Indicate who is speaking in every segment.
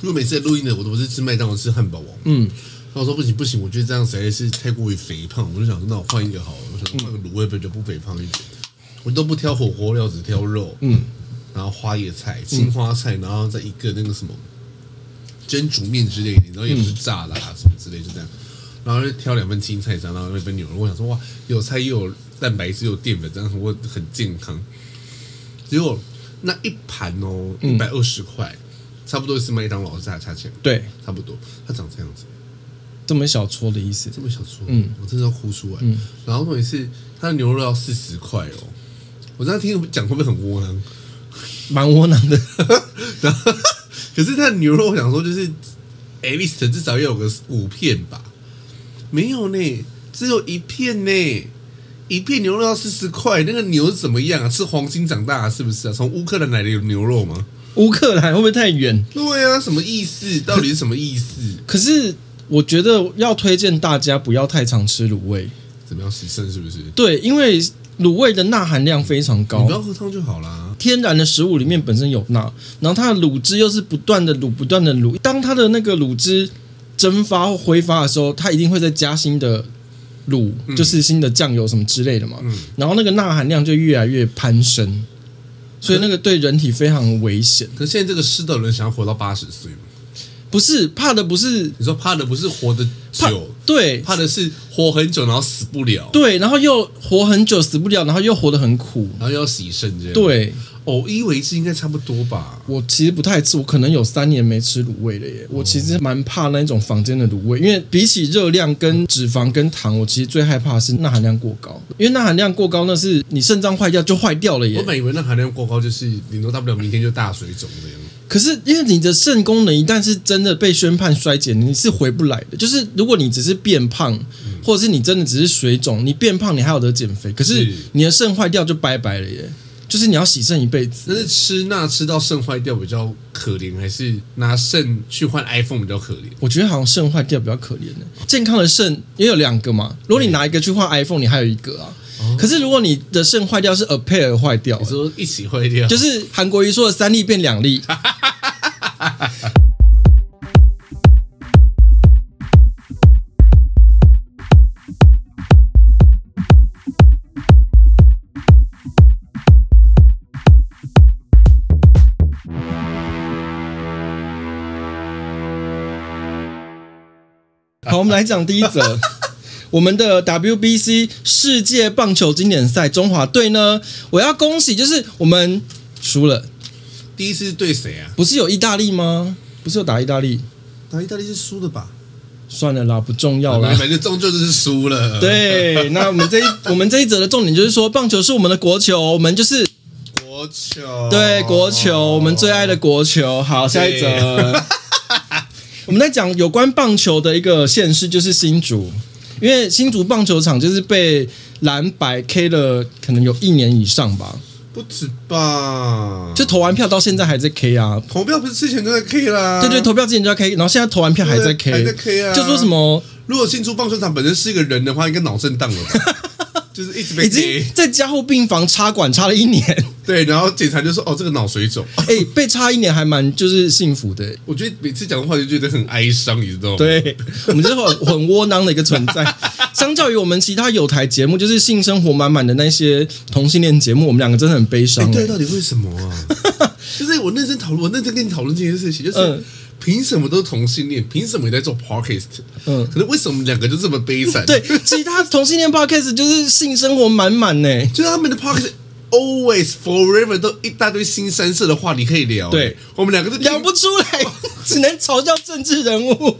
Speaker 1: 因为每次录音的我都是吃麦当劳吃汉堡王，嗯，然后我说不行不行，我觉得这样实在是太过于肥胖，我就想说那我换一个好了，我想换个卤味比较不肥胖一点，我都不挑火锅料，只挑肉，嗯，然后花椰菜、青花菜，然后再一个那个什么蒸煮面之类的，然后也不是炸的啊、什么之类，就这样。然后就挑两份青菜这样，然后一份牛肉。我想说，哇，有菜又有蛋白质，又有淀粉，这样我很健康。结果那一盘哦，一百二十块，差不多是麦当劳价价钱，
Speaker 2: 对，
Speaker 1: 差不多。它长这样子，
Speaker 2: 这么小撮的意思，
Speaker 1: 这么小撮，我真的要哭出来。然后重点是它的牛肉要四十块哦，我这样听讲会不会很窝囊？
Speaker 2: 蛮窝囊的。
Speaker 1: 然后可是它的牛肉，我想说就是 at least 至少要有个五片吧，没有呢，只有一片呢。一片牛肉要四十块，那个牛是怎么样啊？吃黄金长大、是不是啊？从乌克兰来的牛肉吗？
Speaker 2: 乌克兰会不会太远？
Speaker 1: 对啊，什么意思？到底是什么意思？
Speaker 2: 可是我觉得要推荐大家不要太常吃卤味，
Speaker 1: 怎么样洗肾是不是？你
Speaker 2: 对，因为卤味的钠含量非常高
Speaker 1: 不，要喝汤就好啦。
Speaker 2: 天然的食物里面本身有钠，然后它的卤汁又是不断的卤，不断的卤。当它的那个卤汁蒸发或挥发的时候，它一定会再加新的卤，就是新的酱油什么之类的嘛。
Speaker 1: 嗯
Speaker 2: 然后那个钠含量就越来越攀升，所以那个对人体非常危险。
Speaker 1: 可是现在这个世道，有人想要活到八十岁吗？
Speaker 2: 不是怕的不是
Speaker 1: 你说怕的不是活得
Speaker 2: 怕
Speaker 1: 久，
Speaker 2: 对
Speaker 1: 怕的是活很久然后死不了，
Speaker 2: 对，然后又活很久死不了，然后又活得很苦。
Speaker 1: 然后又要洗肾这样。，
Speaker 2: 对
Speaker 1: 哦，一为之应该差不多吧。
Speaker 2: 我其实不太吃，我可能有三年没吃卤味了耶。我其实蛮怕那种房间的卤味，因为比起热量跟脂肪跟糖，我其实最害怕的是钠含量过高，因为钠含量过高那是你肾脏坏掉就坏掉
Speaker 1: 我
Speaker 2: 了耶
Speaker 1: 本。来以为那含量过高，就是顶多大不了明天就大水肿这样。
Speaker 2: 可是因为你的肾功能一旦是真的被宣判衰竭，你是回不来的。就是如果你只是变胖，
Speaker 1: 嗯
Speaker 2: 或者是你真的只是水肿，你变胖你还有得减肥，可是
Speaker 1: 是
Speaker 2: 你的肾坏掉就拜拜了耶。就是你要洗肾一辈子。
Speaker 1: 但是吃钠吃到肾坏掉比较可怜，还是拿肾去换 iPhone 比较可怜？
Speaker 2: 我觉得好像肾坏掉比较可怜呢、健康的肾也有两个嘛，如果你拿一个去换 iPhone，你还有一个啊。可是如果你的肾坏掉是 a pair 坏掉、
Speaker 1: 哦你说一起坏掉，
Speaker 2: 就是韩国瑜说的三粒变两粒。好，我们来讲第一则。我们的 WBC 世界棒球经典赛中华队呢，我要恭喜，就是我们输了，
Speaker 1: 第一次是对谁啊？
Speaker 2: 不是有意大利吗？不是有打意大利？
Speaker 1: 打意大利是输的吧？
Speaker 2: 算了啦，不重要啦。
Speaker 1: 反正终究就是输了。，
Speaker 2: 对，那我们这一我们这一则的重点就是说，棒球是我们的国球，我们就是
Speaker 1: 国球，
Speaker 2: 对国球，我们最爱的国球。好，下一则， 我们在讲有关棒球的一个县市，就是新竹，因为新竹棒球场就是被蓝白 K 了，可能有一年以上吧，
Speaker 1: 不止吧？
Speaker 2: 就投完票到现在还在 K 啊，
Speaker 1: 投票不是之前就在 K 啦？
Speaker 2: 对对，投票之前就要 K，然后现在投完票还在 K，
Speaker 1: 嗯对还在 K 啊
Speaker 2: 就说什么
Speaker 1: 如果进出棒球场本身是一个人的话，应该脑震荡了 吧？就是一直被
Speaker 2: 已经
Speaker 1: K，
Speaker 2: 在加护病房插管插了一年，
Speaker 1: 对，然后检查就说哦，这个脑水肿。
Speaker 2: 哎、被插一年还蛮就是幸福的、
Speaker 1: 我觉得每次讲的话就觉得很哀伤，你知道吗？，
Speaker 2: 对我们就是很很窝囊的一个存 在。相较于我们其他有台节目，就是性生活满满的那些同性恋节目，我们两个真的很悲伤、
Speaker 1: 哎，
Speaker 2: 哎
Speaker 1: 对，到底为什么啊？ 就是我认真讨论，我认真跟你讨论这件事情，就是
Speaker 2: 嗯
Speaker 1: 凭什么都是同性恋，凭什么你在做 podcast？
Speaker 2: 嗯
Speaker 1: 可是为什么我们两个就这么悲惨？
Speaker 2: 对，其他同性恋 podcast 就是性生活满满 呢。哎
Speaker 1: 就是他们的 podcast always forever 都一大堆新三色的话题可以聊。哎
Speaker 2: 对，
Speaker 1: 我们两个是
Speaker 2: 聊不出来，只能嘲笑政治人物。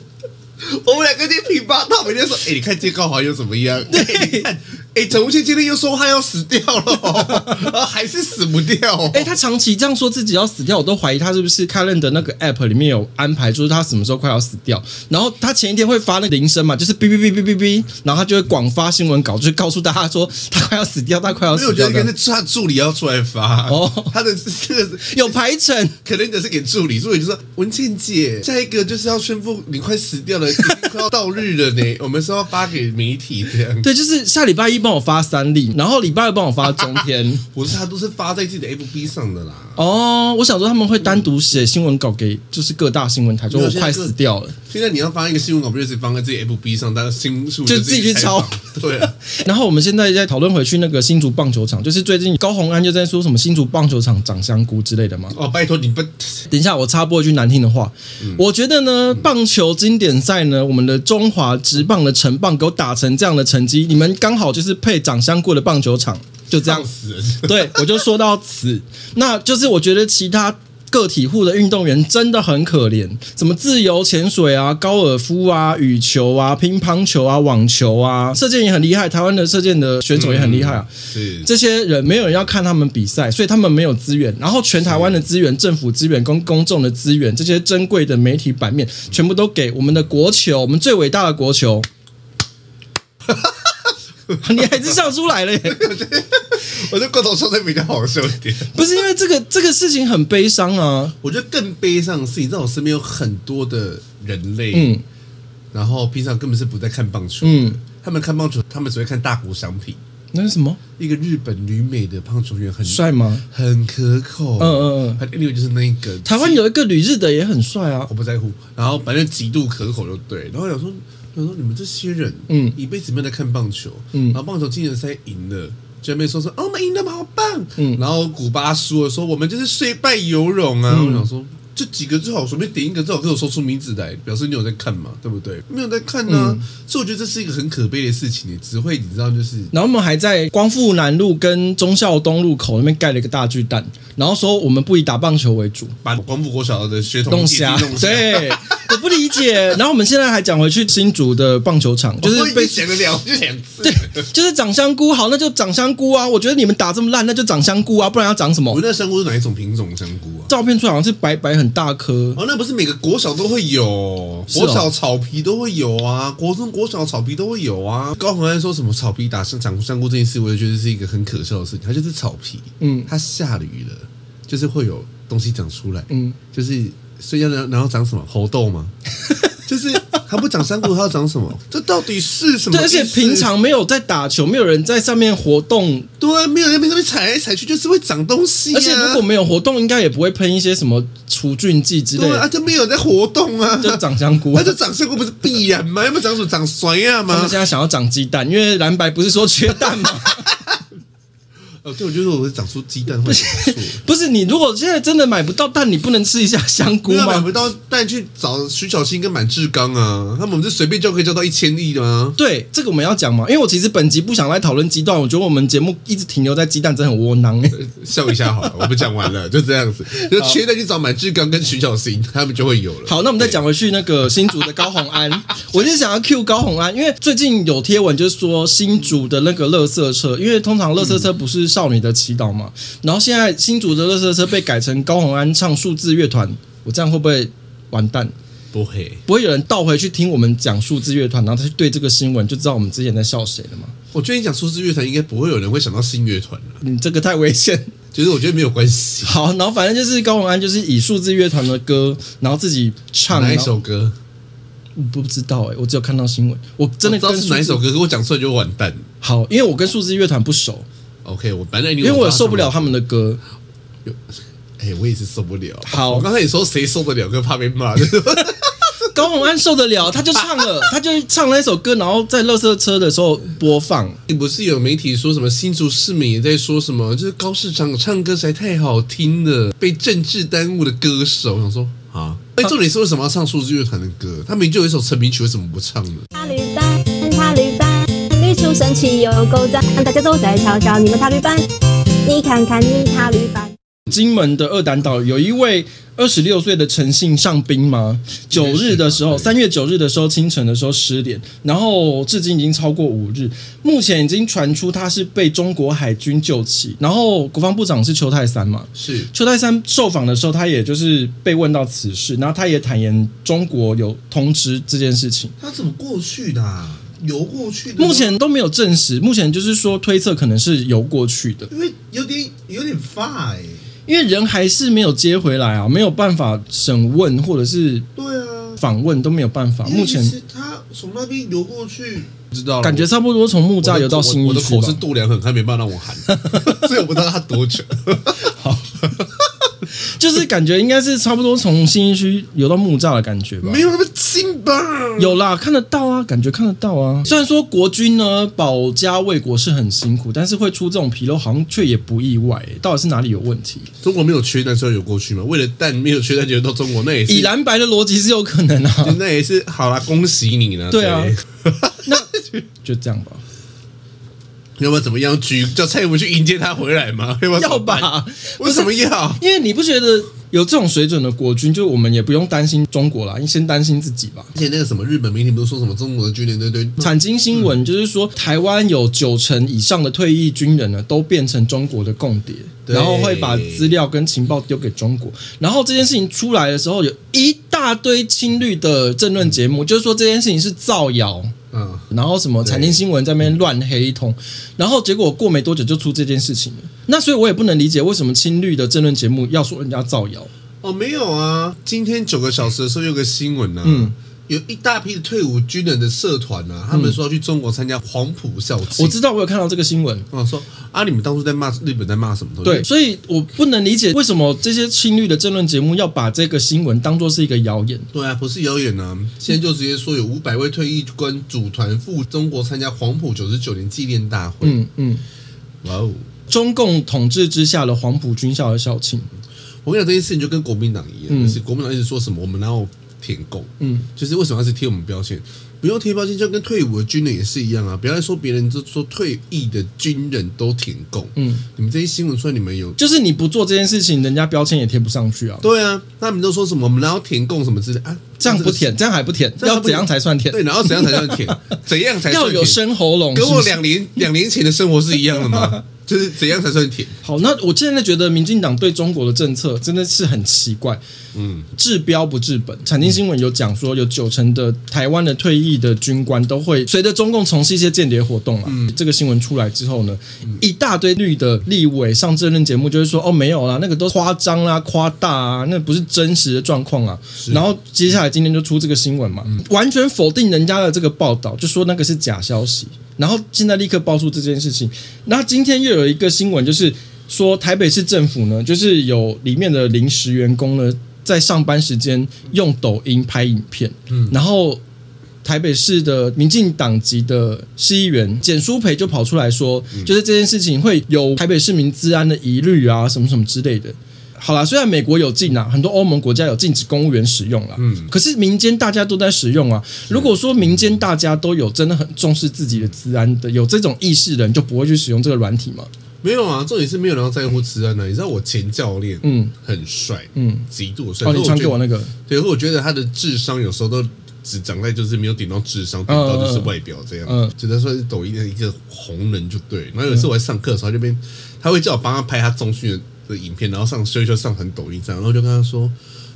Speaker 1: 我们两个在平八道，每天 说，哎、你看这高华又怎么样？对，你看，哎、陈无羡今天又说他要死掉了 哦，然后还是死不掉、哦。
Speaker 2: 哎、他长期这样说自己要死掉，我都怀疑他是不是 Calendar 那个 App 里面有安排，就是他什么时候快要死掉。然后他前一天会发那个铃声嘛，就是哔哔哔哔哔哔，然后他就会广发新闻稿，就是告诉大家说他快要死掉，他快要
Speaker 1: 所以我
Speaker 2: 死
Speaker 1: 觉
Speaker 2: 掉
Speaker 1: 得
Speaker 2: 这
Speaker 1: 应
Speaker 2: 样。
Speaker 1: 该是他助理要出来发
Speaker 2: 哦
Speaker 1: 他的 这个
Speaker 2: 有排程，
Speaker 1: 可能只是给助理，助理就说文倩姐，下一个就是要宣布 你快死掉了，已经快要到日了呢，我们是要发给媒体这样。
Speaker 2: 对，就是下礼拜一帮我发三例，然后礼拜二帮我发中天。
Speaker 1: 我是他都是发在自己的 FB 上的啦。
Speaker 2: 哦，我想说他们会单独写新闻稿给就是各大新闻台，说我快死掉了。
Speaker 1: 现在你要发一个新闻稿，不就是放在自己 FB 上，但是新数
Speaker 2: 就自己去抄。
Speaker 1: 对啊，
Speaker 2: 然后我们现在在讨论回去那个新竹棒球场，就是最近高洪安就在说什么新竹棒球场长香菇之类的嘛。
Speaker 1: 哦，拜托你 不，
Speaker 2: 等一下我插播一句难听的话，我觉得呢，嗯棒球经典赛呢，我们的中华职棒的成棒给我打成这样的成绩，你们刚好就是配长香菇的棒球场，就这样
Speaker 1: 烫。死人。
Speaker 2: 对，我就说到此，那就是我觉得其他个体户的运动员真的很可怜，什么自由潜水啊、高尔夫啊、羽球啊、乒乓球啊、网球啊，射箭也很厉害，台湾的射箭的选手也很厉害啊。
Speaker 1: 是
Speaker 2: 这些人没有人要看他们比赛，所以他们没有资源。然后全台湾的资源、政府资源、公公众的资源，这些珍贵的媒体版面，全部都给我们的国球，我们最伟大的国球。 你还是笑出来了耶！
Speaker 1: 我觉得罐头烧菜比较好笑一点。
Speaker 2: 不是因为这个这个事情很悲伤啊，
Speaker 1: 我觉得更悲伤的是，你知道我身边有很多的人类，
Speaker 2: 嗯
Speaker 1: 然后平常根本是不在看棒球，
Speaker 2: 嗯，
Speaker 1: 他们看棒球，他们只会看大国商品。
Speaker 2: 那是什么
Speaker 1: 一个日本女美的棒球员很
Speaker 2: 帅吗？
Speaker 1: 很可口，
Speaker 2: 嗯嗯嗯
Speaker 1: 嗯，另外就是那一个
Speaker 2: 台湾有一个旅日的也很帅啊
Speaker 1: 我，不在乎，然后反正极度可口就对。然后想说，想说你们这些人，
Speaker 2: 嗯
Speaker 1: 一辈子没有在看棒球，
Speaker 2: 嗯
Speaker 1: 然后棒球经典赛赢了。就在那边说说，哦，我们赢了，好棒！
Speaker 2: 嗯
Speaker 1: 然后古巴输了，说我们就是虽败犹荣啊。
Speaker 2: 嗯
Speaker 1: 我想说，这几个最好，随便点一个最好，给我说出名字来，表示你有在看嘛，对不对？没有在看呢、
Speaker 2: 嗯
Speaker 1: 所以我觉得这是一个很可悲的事情，你欸只会你知道就是
Speaker 2: 然后我们还在光复南路跟忠孝东路口那边盖了一个大巨蛋，然后说我们不以打棒球为主，
Speaker 1: 把光复国小的血统
Speaker 2: 弄
Speaker 1: 弟弟
Speaker 2: 瞎
Speaker 1: 弄，瞎，
Speaker 2: 啊对，我不理解。然后我们现在还讲回去新竹的棒球场，就
Speaker 1: 我已经
Speaker 2: 是被
Speaker 1: 哦讲了两就两次。
Speaker 2: 对，就是长香菇，好，那就长香菇啊！我觉得你们打这么烂，那就长香菇啊，不然要长 什
Speaker 1: 我
Speaker 2: 么？
Speaker 1: 那香菇是哪一种品种香菇啊？
Speaker 2: 照片出来好像是白白很大颗，
Speaker 1: 哦，那不是每个国小都会有，
Speaker 2: 是哦
Speaker 1: 国小草皮都会有啊，国中国小草皮都会有啊。高洪安说什么草皮打香长香菇这件事，我也觉得是一个很可笑的事情。它就是草皮，
Speaker 2: 嗯
Speaker 1: 它下了雨了，就是会有东西长出来，
Speaker 2: 嗯，
Speaker 1: 就是所以要然后长什么猴豆 吗？就是它不长香菇，它要长什么？这到底是什么
Speaker 2: 对，
Speaker 1: 意
Speaker 2: 而
Speaker 1: 思？
Speaker 2: 且平常没有在打球，没有人在上面活动，
Speaker 1: 对啊，没有人在那边上面踩来踩去，就是会长东西、啊。
Speaker 2: 而且如果没有活动，应该也不会喷一些什么除菌剂之类
Speaker 1: 对啊，
Speaker 2: 的，
Speaker 1: 就没有人在活动啊，
Speaker 2: 就 长香菇
Speaker 1: 那。就长香菇不是必然吗？要不然长什么长衰啊
Speaker 2: 他
Speaker 1: 吗
Speaker 2: 们？现在想要长鸡蛋，因为蓝白不是说缺 蛋吗？
Speaker 1: 哦，对，我觉得我长出鸡蛋会很不错。
Speaker 2: 不是你，如果现在真的买不到蛋，你不能吃一下香 菇
Speaker 1: 没有买
Speaker 2: 吗
Speaker 1: 不？到蛋去找徐小新跟满志刚啊，他们这随便就可以交到一千亿的啊。
Speaker 2: 对，这个我们要讲嘛，因为我其实本集不想来讨论鸡蛋，我觉得我们节目一直停留在鸡蛋真的很窝囊、欸。
Speaker 1: 笑一下好了，我们讲完了，就这样子，就缺蛋去找满志刚跟徐小新，他们就会有了。
Speaker 2: 好，那我们再讲回去那个新竹的高洪安，我就想要 Q 高洪安，因为最近有贴文就是说新竹的那个垃圾车，因为通常垃圾车不是少女的祈祷嘛，然后现在新竹的垃圾车被改成高洪安唱数字乐团，我这样会不会完蛋？
Speaker 1: 不会，
Speaker 2: 不会有人倒回去听我们讲数字乐团，然后他去对这个新闻就知道我们之前在笑谁了吗？
Speaker 1: 我觉得你讲数字乐团，应该不会有人会想到新乐团了。
Speaker 2: 你这个太危险。
Speaker 1: 其实我觉得没有关系。
Speaker 2: 好，然后反正就是高洪安就是以数字乐团的歌，然后自己唱
Speaker 1: 哪一？
Speaker 2: 然后
Speaker 1: 首歌？
Speaker 2: 我不知道哎、我只有看到新闻，我真的
Speaker 1: 我知道
Speaker 2: 跟
Speaker 1: 是哪一首
Speaker 2: 数字
Speaker 1: 歌，可我讲出来就完蛋。
Speaker 2: 好，因为我跟数字乐团不熟，
Speaker 1: OK，我反正因
Speaker 2: 因为我受不了他们的歌。
Speaker 1: 哎、我也是受不了。
Speaker 2: 好
Speaker 1: 我刚才也说谁受得了，跟怕被 骂。就是
Speaker 2: 高洪安受得了，他就唱了，他就唱那首歌，然后在垃圾车的时候播放。
Speaker 1: 不是有媒体说什么新竹市民也在说什么，就是高市长唱歌实在太好听了，被政治耽误的歌手。我想说啊，哎、重点是为什么要唱数字乐团的歌？他们就有一首成名曲，为什么不唱呢？
Speaker 3: 塔绿班，塔绿班，绿树神奇有够赞，大家都在嘲笑你们塔绿班，你看看你塔绿班。
Speaker 2: 金门的二胆岛有一位二十六岁的陈姓上兵嘛，九日的时候，三月九日的时候清晨的时候失联，然后至今已经超过五日，目前已经传出他是被中国海军救起，然后国防部长是邱泰三嘛，
Speaker 1: 是
Speaker 2: 邱泰山受访的时候，他也就是被问到此事，然后他也坦言中国有通知这件事情，
Speaker 1: 他怎么过去的、啊？游过去的吗
Speaker 2: 目前都没有证实，目前就是说推测可能是游过去的，
Speaker 1: 因为有点有点发哎、
Speaker 2: 因为人还是没有接回来啊，没有办法审问或者是
Speaker 1: 对啊。
Speaker 2: 访问都没有办法。目前
Speaker 1: 其实他从那边游过去，不知道了
Speaker 2: 感觉差不多从木栅游到新
Speaker 1: 我
Speaker 2: 义
Speaker 1: 的
Speaker 2: 区
Speaker 1: 口
Speaker 2: 吧
Speaker 1: 是。度量很宽，没办法让我喊，所以我不知道他多久。
Speaker 2: 好，就是感觉应该是差不多从新义区游到木栅的感觉吧。
Speaker 1: 没有那么近吧？
Speaker 2: 有啦，看得到啊，感觉看得到啊。虽然说国军呢保家卫国是很辛苦，但是会出这种纰漏，好像却也不意外、欸到底是哪里有问题？
Speaker 1: 中国没有缺蛋，虽然有过去嘛，为了蛋没有缺蛋，觉得到中国那也是，
Speaker 2: 以蓝白的逻辑是有可能啊。
Speaker 1: 那也是好啦，恭喜你了。
Speaker 2: 对啊，那就这样吧，
Speaker 1: 要不要怎么样举叫蔡英文去迎接他回来吗？ 要不要怎
Speaker 2: 要
Speaker 1: 么办？
Speaker 2: 吧？
Speaker 1: 为什么要？
Speaker 2: 因为你不觉得有这种水准的国军，就我们也不用担心中国啦，你先担心自己吧。
Speaker 1: 而且那个什么日本媒体不是说什么中国的军人对对
Speaker 2: 产经新闻就是说，台湾有九成以上的退役军人呢，都变成中国的共谍，
Speaker 1: 对
Speaker 2: 然后会把资料跟情报丢给中国。然后这件事情出来的时候，有一大堆亲绿的政论节目，就是说这件事情是造谣，
Speaker 1: 嗯，
Speaker 2: 然后什么产经新闻在那边乱黑一通，然后结果过没多久就出这件事情了。那所以我也不能理解为什么亲绿的政论节目要说人家造谣。
Speaker 1: 哦，没有啊，今天九个小时的时候有个新闻啊，
Speaker 2: 嗯
Speaker 1: 有一大批的退伍军人的社团啊，他们说要去中国参加黄埔校庆。
Speaker 2: 我知道，我有看到这个新闻。
Speaker 1: 我说啊，你们当初在骂日本在骂什么东西？
Speaker 2: 对，，所以我不能理解为什么这些青绿的政论节目要把这个新闻当做是一个谣言。
Speaker 1: 对啊，不是谣言啊，现在就直接说有五百位退役官组团赴中国参加黄埔九十九年纪念大会。
Speaker 2: 嗯嗯，
Speaker 1: 哇哦！
Speaker 2: 中共统治之下的黄埔军校的校庆，
Speaker 1: 我跟你讲，这件事情就跟国民党一样，
Speaker 2: 嗯
Speaker 1: 就是国民党一直说什么我们哪有舔共，
Speaker 2: 嗯，
Speaker 1: 就是为什么要是贴我们标签？不用贴标签，就跟退伍的军人也是一样啊！不要再说别人，就说退役的军人都舔共。
Speaker 2: 嗯，
Speaker 1: 你们这些新闻出来，你们有
Speaker 2: 就是你不做这件事情，人家标签也贴不上去啊。
Speaker 1: 对啊？那你们都说什么？我们哪有舔共什么之类啊？
Speaker 2: 这样不舔，这样还不舔，
Speaker 1: 这样
Speaker 2: 要
Speaker 1: 还不
Speaker 2: 怎
Speaker 1: 舔
Speaker 2: 样才算舔？
Speaker 1: 对，然后怎样才算 舔？怎样才算
Speaker 2: 要
Speaker 1: 舔
Speaker 2: 有生喉咙。
Speaker 1: 跟
Speaker 2: 是
Speaker 1: 我
Speaker 2: 不是
Speaker 1: 两年两年前的生活是一样的吗？就是怎样才算舔？
Speaker 2: 好，那我现在觉得民进党对中国的政策真的是很奇怪，
Speaker 1: 嗯，
Speaker 2: 治标不治本。产经新闻有讲说，有九成的台湾的退役的军官都会随着中共从事一些间谍活动啦。这个新闻出来之后呢，一大堆绿的立委上这任节目就是说，哦，没有啦，那个都夸张啦、夸大啊，那不是真实的状况啊。然后接下来今天就出这个新闻嘛，完全否定人家的这个报道，就说那个是假消息。然后现在立刻爆出这件事情，那今天又有一个新闻，就是说台北市政府呢，就是有里面的临时员工呢，在上班时间用抖音拍影片，嗯，然后台北市的民进党籍的市议员简书培就跑出来说，就是这件事情会有台北市民治安的疑虑啊，什么什么之类的。好啦，虽然美国有禁啊，很多欧盟国家有禁止公务员使用啦，嗯，可是民间大家都在使用啊。如果说民间大家都有真的很重视自己的治安的，有这种意识的人，就不会去使用这个软体嘛。
Speaker 1: 没有啊，重点是没有人要在乎治安的。啊你知道我前教练，
Speaker 2: 嗯，
Speaker 1: 很帅，
Speaker 2: 嗯，
Speaker 1: 极度的帅。
Speaker 2: 哦，你传给我那
Speaker 1: 个，
Speaker 2: 个，
Speaker 1: 对，可我觉得他的智商有时候都只长在就是没有顶到智商，顶到就是外表这样，
Speaker 2: 嗯
Speaker 1: 只能算是抖音的一个红人就对。然后有一次我在上课的时候，他就边他会叫我帮他拍他中训的影片，然后上修一修上传抖音上，然后我就跟他说，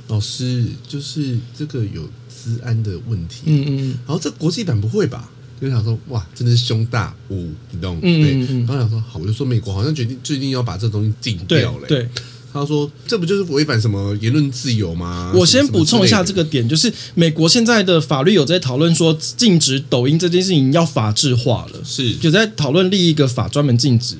Speaker 1: 老师就是这个有治安的问题，
Speaker 2: 嗯嗯
Speaker 1: 然后这国际版不会吧？就想说哇，真的是胸大无，你懂？
Speaker 2: 嗯
Speaker 1: 对
Speaker 2: 嗯嗯
Speaker 1: 然后想说好，我就说美国好像决定最近要把这东西禁
Speaker 2: 对
Speaker 1: 掉了、
Speaker 2: 对，
Speaker 1: 他说这不就是违反什么言论自由吗？
Speaker 2: 我
Speaker 1: 什么
Speaker 2: 先补充一下
Speaker 1: 什么
Speaker 2: 这
Speaker 1: 之类的
Speaker 2: 个点，就是美国现在的法律有在讨论说禁止抖音这件事情要法制化了，
Speaker 1: 是
Speaker 2: 有在讨论立一个法专门禁止，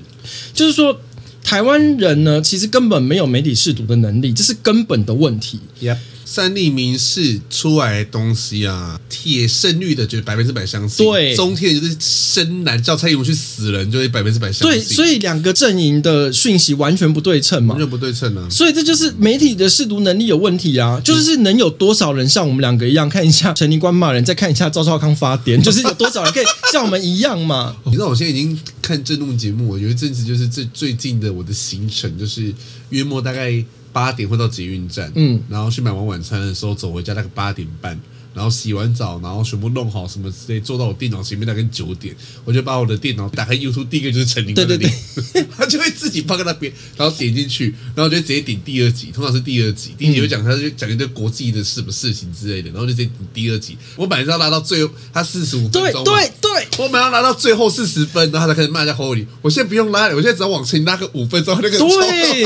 Speaker 2: 就是说台湾人呢其实根本没有媒体试读的能力，这是根本的问题。
Speaker 1: Yep 三立民视出来的东西啊，铁胜绿的就是百分之百相信，
Speaker 2: 对
Speaker 1: 中天就是深蓝叫蔡英文去死人，就是百分之百相信，
Speaker 2: 对，所以两个阵营的讯息完全不对称嘛
Speaker 1: 完。全不对称啊。
Speaker 2: 所以这就是媒体的试读能力有问题啊！就是能有多少人像我们两个一样看一下陈林官骂人，再看一下赵少康发癫， 就是有多少人可以像我们一样嘛？
Speaker 1: 你知道我现在已经看震动节目，我有一阵子就是最最近的我的行程就是约莫大概八点会到捷运站，
Speaker 2: 嗯，
Speaker 1: 然后去买完晚餐的时候走回家大概八点半，然后洗完澡，然后全部弄好什么之类，坐到我电脑前面大概九点，我就把我的电脑打开 YouTube，第一个就是陈林
Speaker 2: 对
Speaker 1: 的
Speaker 2: 对
Speaker 1: 脸， 他就会自己放在那边，然后点进去，然后就直接点第二集，通常是第二集，第一集会讲他就讲一堆国际的什么事情之类的，然后就直接点第二集，我本来是要拉到最后，他四十五
Speaker 2: 对
Speaker 1: 分钟嘛，
Speaker 2: 对对，
Speaker 1: 我们要拿到最后四十分，然后他才开始骂人家侯友谊。我现在不用拉了，我现在只要往前拉个五分钟，那个
Speaker 2: 对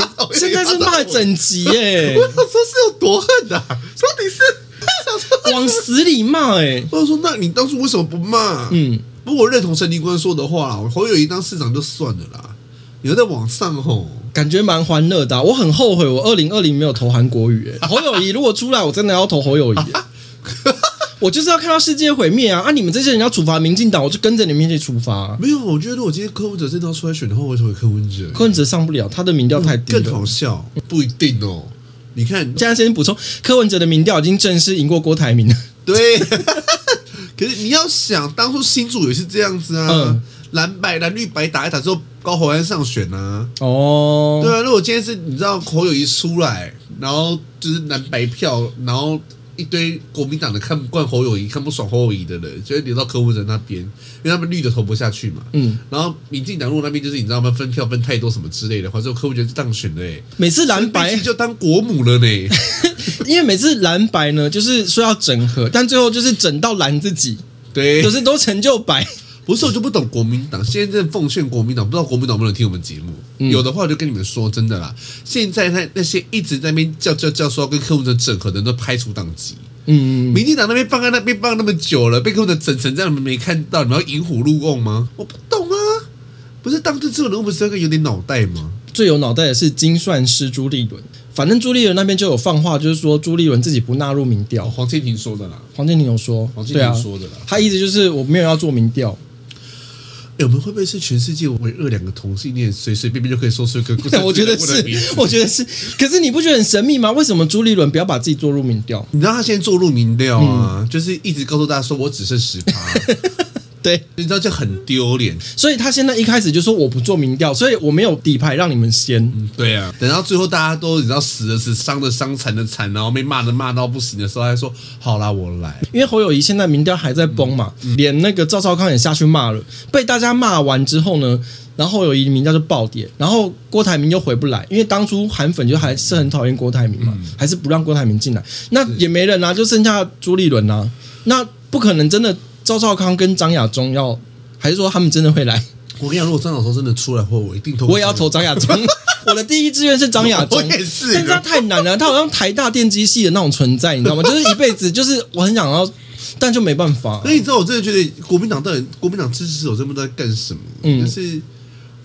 Speaker 1: 我，就
Speaker 2: 现在是骂整集耶、
Speaker 1: 我想说是有多恨啊？说你是，我想说
Speaker 2: 往死里骂哎、
Speaker 1: 我说，那你当初为什么不骂？
Speaker 2: 嗯，
Speaker 1: 不过我认同陈林官说的话啦，侯友谊当市长就算了啦，你又在往上吼，
Speaker 2: 感觉蛮欢乐的啊、我很后悔我二零二零没有投韩国语、 欸。侯友谊如果出来，我真的要投侯友谊、欸我就是要看到世界毁灭啊！啊，你们这些人要处罚民进党，我就跟着你们一起处罚、啊。
Speaker 1: 没有，我觉得如果今天柯文哲真的要出来选的话，我会投给柯文哲，
Speaker 2: 柯文哲上不了，他的民调太低
Speaker 1: 更
Speaker 2: 了
Speaker 1: 好。笑，不一定哦。你看，
Speaker 2: 现在先补充，柯文哲的民调已经正式赢过郭台铭了。
Speaker 1: 对， 可是你要想，当初新竹也是这样子啊，
Speaker 2: 嗯
Speaker 1: 蓝白蓝绿白打一打之后，高虹安上选啊，
Speaker 2: 哦，
Speaker 1: 对啊。如果今天是你知道侯友谊出来，然后就是蓝白票，然后一堆国民党的看不惯侯友谊、看不爽侯友谊的人，就会流到柯文哲那边，因为他们绿的投不下去嘛。
Speaker 2: 嗯，
Speaker 1: 然后民进党如果那边就是你知道吗？分票分太多什么之类的话，就柯文哲就当选了、欸，
Speaker 2: 每次蓝白
Speaker 1: 所以毕竟就当国母了呢、
Speaker 2: 因为每次蓝白呢，就是说要整合，但最后就是整到蓝自己，
Speaker 1: 对，
Speaker 2: 就是都成就白。
Speaker 1: 不是，我就不懂国民党。现在真的奉劝国民党，不知道国民党能不能听我们节目？有的话，我就跟你们说真的啦。现在那那些一直在那边叫叫叫说要跟柯文哲整合的人都排除党籍。
Speaker 2: 嗯，
Speaker 1: 民进党那边放在那边放那么久了，被柯文哲整成这样，你们没看到？你们要引虎入瓮吗？我不懂啊！不是当政治人物，不是要个有点脑袋吗？
Speaker 2: 最有脑袋的是精算师朱立伦，反正朱立伦那边就有放话，就是说朱立伦自己不纳入民
Speaker 1: 哦，
Speaker 2: 调。
Speaker 1: 黄建庭说的啦，
Speaker 2: 黄建庭有说，
Speaker 1: 黄建
Speaker 2: 对啊
Speaker 1: 庭，说的啦。
Speaker 2: 他一直就是我没有要做民调，
Speaker 1: 哎、我们会不会是全世界唯二两个同性恋，随随便便就可以说出 一个故事？
Speaker 2: 我觉得
Speaker 1: 我的名
Speaker 2: 是
Speaker 1: 字，
Speaker 2: 我觉得是。可是你不觉得很神秘吗？为什么朱立伦不要把自己做入民调？
Speaker 1: 你知道他现在做入民调啊，就是一直告诉大家说我只剩十趴，
Speaker 2: 对，
Speaker 1: 你知道就很丢脸。
Speaker 2: 所以他现在一开始就说我不做民调，所以我没有底牌让你们先。
Speaker 1: 对啊，等到最后大家都你知道死的死，伤的伤，残的残，然后被骂的骂到不行的时候，还说好啦，我来。
Speaker 2: 因为侯友谊现在民调还在崩嘛，
Speaker 1: 嗯
Speaker 2: 连那个赵少康也下去骂了，被大家骂完之后呢，然后侯友谊民调就暴跌，然后郭台铭又回不来，因为当初韩粉就还是很讨厌郭台铭
Speaker 1: 嗯
Speaker 2: 嘛，还是不让郭台铭进来，那也没人啊，就剩下朱立伦啊，那不可能真的赵少康跟张亚中要，还是说他们真的会来？
Speaker 1: 我跟你讲，如果张小松真的出来后，我一定投。
Speaker 2: 我也要投张 亚中，我的第一志愿是张亚中，
Speaker 1: 我也是
Speaker 2: 但是他太难了，他好像台大电机系的那种存在，你知道吗？就是一辈子，就是我很想要，但就没办法、
Speaker 1: 哎所以你知道，我真的觉得国民党到底国民党支持者这么在干什么？
Speaker 2: 嗯
Speaker 1: 就是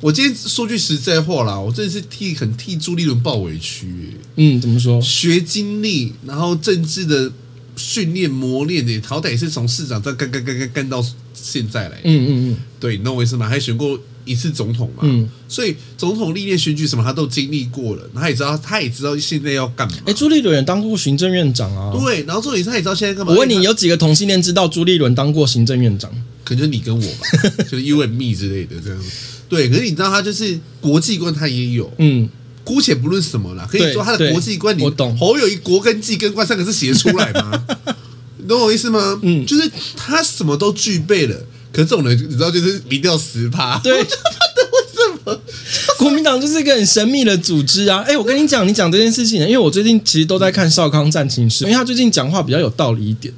Speaker 1: 我今天说句实在话啦，我真的是替很替朱立伦抱委屈、
Speaker 2: 嗯，怎么说？
Speaker 1: 学经历，然后政治的训练磨练的，好歹也是从市长这样干干干干干到现在来。
Speaker 2: 嗯嗯嗯，
Speaker 1: 对，你懂我意思吗？还选过一次总统嘛，
Speaker 2: 嗯
Speaker 1: 所以总统历练选举什么他都经历过了，他也知道他也知道现在要干嘛。
Speaker 2: 哎、朱立伦也当过行政院长啊。
Speaker 1: 对，然后重点是他也知道现在干嘛。
Speaker 2: 我问你，
Speaker 1: 因为
Speaker 2: 有几个同性恋知道朱立伦当过行政院长？
Speaker 1: 他可能就是你跟我 吧，就是 you and me 之类的这样子。对，可是你知道他就是国际观，他也有，
Speaker 2: 嗯，
Speaker 1: 姑且不论什么啦，可以
Speaker 2: 对
Speaker 1: 说他的
Speaker 2: 对
Speaker 1: 国际观，你
Speaker 2: 我懂
Speaker 1: 侯友谊国跟纪跟观三个字写出来吗？ 你懂我意思吗？
Speaker 2: 嗯
Speaker 1: 就是他什么都具备了，可是这种人你知道就是民调十趴，
Speaker 2: 对，
Speaker 1: 为什 么？
Speaker 2: 国民党就是一个很神秘的组织啊。哎、我跟你讲，你讲这件事情，啊因为我最近其实都在看少康战情室，因为他最近讲话比较有道理一点，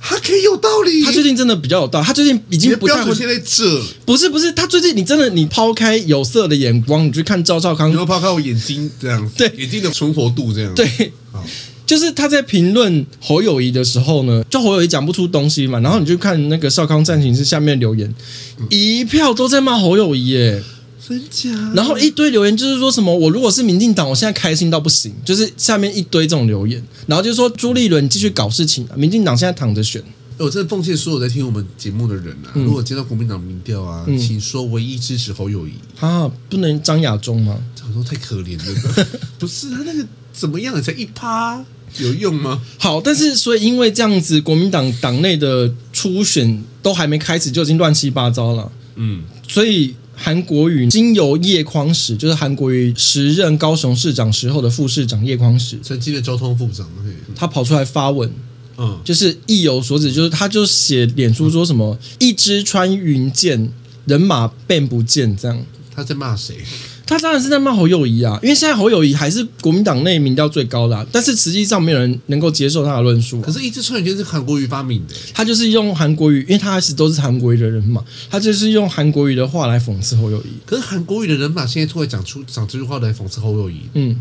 Speaker 1: 他可以有道理，
Speaker 2: 他最近真的比较有道理，他最近已
Speaker 1: 嗯你
Speaker 2: 经
Speaker 1: 的
Speaker 2: 不
Speaker 1: 标
Speaker 2: 太会
Speaker 1: 准。现在这，
Speaker 2: 不是不是，他最近你真的你抛开有色的眼光，你去看赵少康
Speaker 1: 你，要抛开我眼睛这样子，
Speaker 2: 对
Speaker 1: 眼睛的存活度这样，，
Speaker 2: 对
Speaker 1: 好，
Speaker 2: 就是他在评论侯友谊的时候呢，就侯友谊讲不出东西嘛，然后你就看那个少康战情室下面留言，一票都在骂侯友谊耶，
Speaker 1: 真假？
Speaker 2: 然后
Speaker 1: 哎
Speaker 2: 一堆留言就是说什么我如果是民进党，我现在开心到不行，就是下面一堆这种留言，然后就说朱立伦继续搞事情、啊，民进党现在躺着选，
Speaker 1: 我真的奉劝所有在听我们节目的人啊，如果接到国民党民调啊，
Speaker 2: 嗯
Speaker 1: 请说唯一支持侯友谊，
Speaker 2: 啊，不能张亚中吗？
Speaker 1: 长说太可怜了， 不是啊他那个怎么样才一趴有用吗？
Speaker 2: 好，但是所以因为这样子，国民党党内的初选都还没开始就已经乱七八糟了，
Speaker 1: 嗯，
Speaker 2: 所以韩国瑜经由叶匡时，就是韩国瑜时任高雄市长时候的副市长叶匡时，
Speaker 1: 曾经的交通部长，嘿
Speaker 2: 他跑出来发文，
Speaker 1: 嗯，
Speaker 2: 就是意有所指，就是他就写脸书说什么“一支穿云箭，人马便不见”这样。
Speaker 1: 他在骂谁？
Speaker 2: 他当然是在骂侯友谊啊，因为现在侯友谊还是国民党内民调最高的啊、但是实际上没有人能够接受他的论述啊、
Speaker 1: 可是，一支穿云箭是韩国瑜发明的、欸
Speaker 2: 他就是用韩国语，因为他一直都是韩国语的人嘛，他就是用韩国语的话来讽刺侯友谊。
Speaker 1: 可是韩国瑜的人马现在突然讲出讲这句话来讽刺侯友谊，
Speaker 2: 嗯，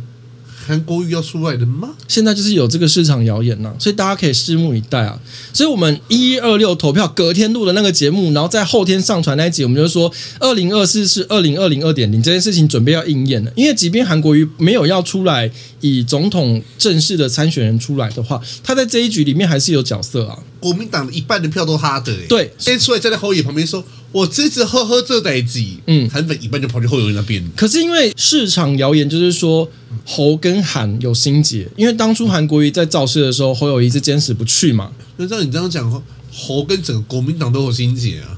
Speaker 1: 韩国瑜要出来的吗？
Speaker 2: 现在就是有这个市场谣言呐、所以大家可以拭目以待啊。所以我们一二六投票隔天录的那个节目，然后在后天上传那一集，我们就说二零二四是二零二零二点零这件事情准备要应验了。因为即便韩国瑜没有要出来以总统正式的参选人出来的话，他在这一局里面还是有角色啊。
Speaker 1: 国民党的一半的票都他的、欸，
Speaker 2: 对
Speaker 1: 先出来站在侯友宜旁边说：“我支持呵呵这代机。”
Speaker 2: 嗯
Speaker 1: 韩粉一半就跑去侯友宜那边，
Speaker 2: 可是因为市场谣言就是说侯跟韩有心结，因为当初韩国瑜在造势的时候，侯友谊是坚持不去嘛，
Speaker 1: 那照你这样讲，侯侯跟整个国民党都有心结啊，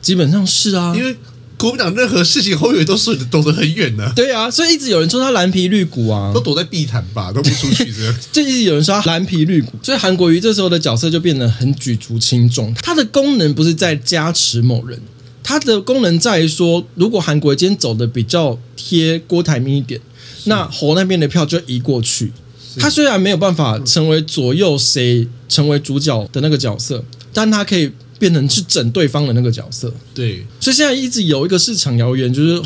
Speaker 2: 基本上是啊，
Speaker 1: 因为国民党任何事情侯友宜都是躲得很远的、
Speaker 2: 对啊，所以一直有人说他蓝皮绿骨啊
Speaker 1: 都，躲在地毯吧，都不出去 这样。
Speaker 2: 就一直有人说他蓝皮绿骨，所以韩国瑜这时候的角色就变得很举足轻重。它的功能不是在加持某人，它的功能在于说，如果韩国瑜今天走的比较贴郭台铭一点，那侯那边的票就移过去。他虽然没有办法成为左右谁成为主角的那个角色，但他可以变成是整对方的那个角色。
Speaker 1: 对，
Speaker 2: 所以现在一直有一个市场谣言，就是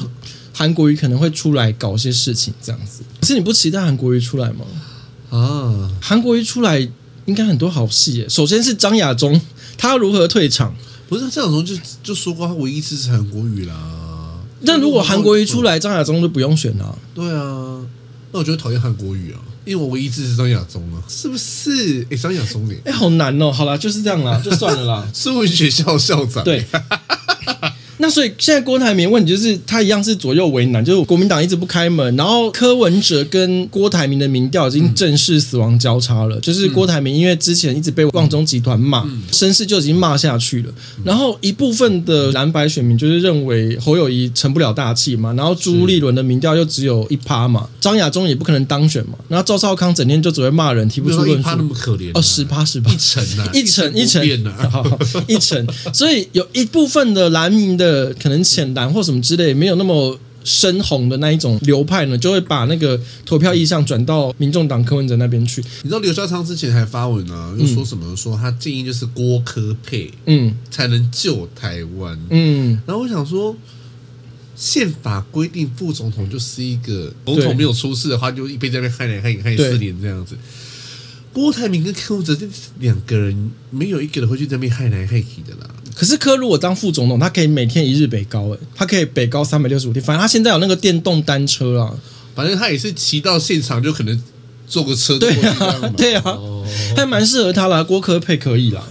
Speaker 2: 韩国瑜可能会出来搞一些事情这样子。可是你不期待韩国瑜出来吗？
Speaker 1: 啊，
Speaker 2: 韩国瑜出来应该很多好戏耶。首先是张亚中，他要如何退场？
Speaker 1: 不是这样说就就说过他唯一支持韩国瑜啦。
Speaker 2: 但如果韩国瑜出
Speaker 1: 来，
Speaker 2: 来，张亚中就不用选了、
Speaker 1: 对啊，那我就会讨厌韩国瑜啊，因为我唯一支持张亚中啊，是不是？哎、张亚 中哎、。
Speaker 2: 哎、好难哦。好啦，就是这样啦，就算了啦
Speaker 1: 是文学校校长、
Speaker 2: 对。那所以现在郭台铭的问题就是他一样是左右为难，就是国民党一直不开门，然后柯文哲跟郭台铭的民调已经正式死亡交叉了，就是郭台铭因为之前一直被旺中集团骂，声势就已经骂下去了，然后一部分的蓝白选民就是认为侯友谊成不了大器嘛，然后朱立伦的民调又只有一趴嘛，张亚中也不可能当选嘛，然后赵少康整天就只会骂人，提不
Speaker 1: 没有
Speaker 2: 出
Speaker 1: 到
Speaker 2: 论
Speaker 1: 一
Speaker 2: 述
Speaker 1: 趴。那么可怜、啊，
Speaker 2: 哦，十趴十趴，
Speaker 1: 一层啊，
Speaker 2: 一层一层
Speaker 1: 不变啊，
Speaker 2: 好好一层，所以有一部分的蓝营的可能浅蓝或什么之类，没有那么深红的那一种流派呢，就会把那个投票意向转到民众党柯文哲那边去。
Speaker 1: 你知道刘家昌之前还发文啊，又说什么说他建议就是郭科配
Speaker 2: 嗯
Speaker 1: 才能救台湾。
Speaker 2: 嗯，
Speaker 1: 然后我想说，宪法规定副总统就是一个总
Speaker 2: 对
Speaker 1: 统没有出事的话，就一辈子在那边害人害人害人
Speaker 2: 对
Speaker 1: 四年这样子。郭台铭跟柯文哲这两个人，没有一个人会去这边害来害去的啦。
Speaker 2: 可是柯如果当副总统，他可以每天一日北高、欸，他可以北高三百六十五天，反正他现在有那个电动单车啊，
Speaker 1: 反正他也是骑到现场就可能坐个车过
Speaker 2: 对
Speaker 1: 去这样嘛
Speaker 2: 啊，对啊，还蛮适合他啦，郭科配可以啦。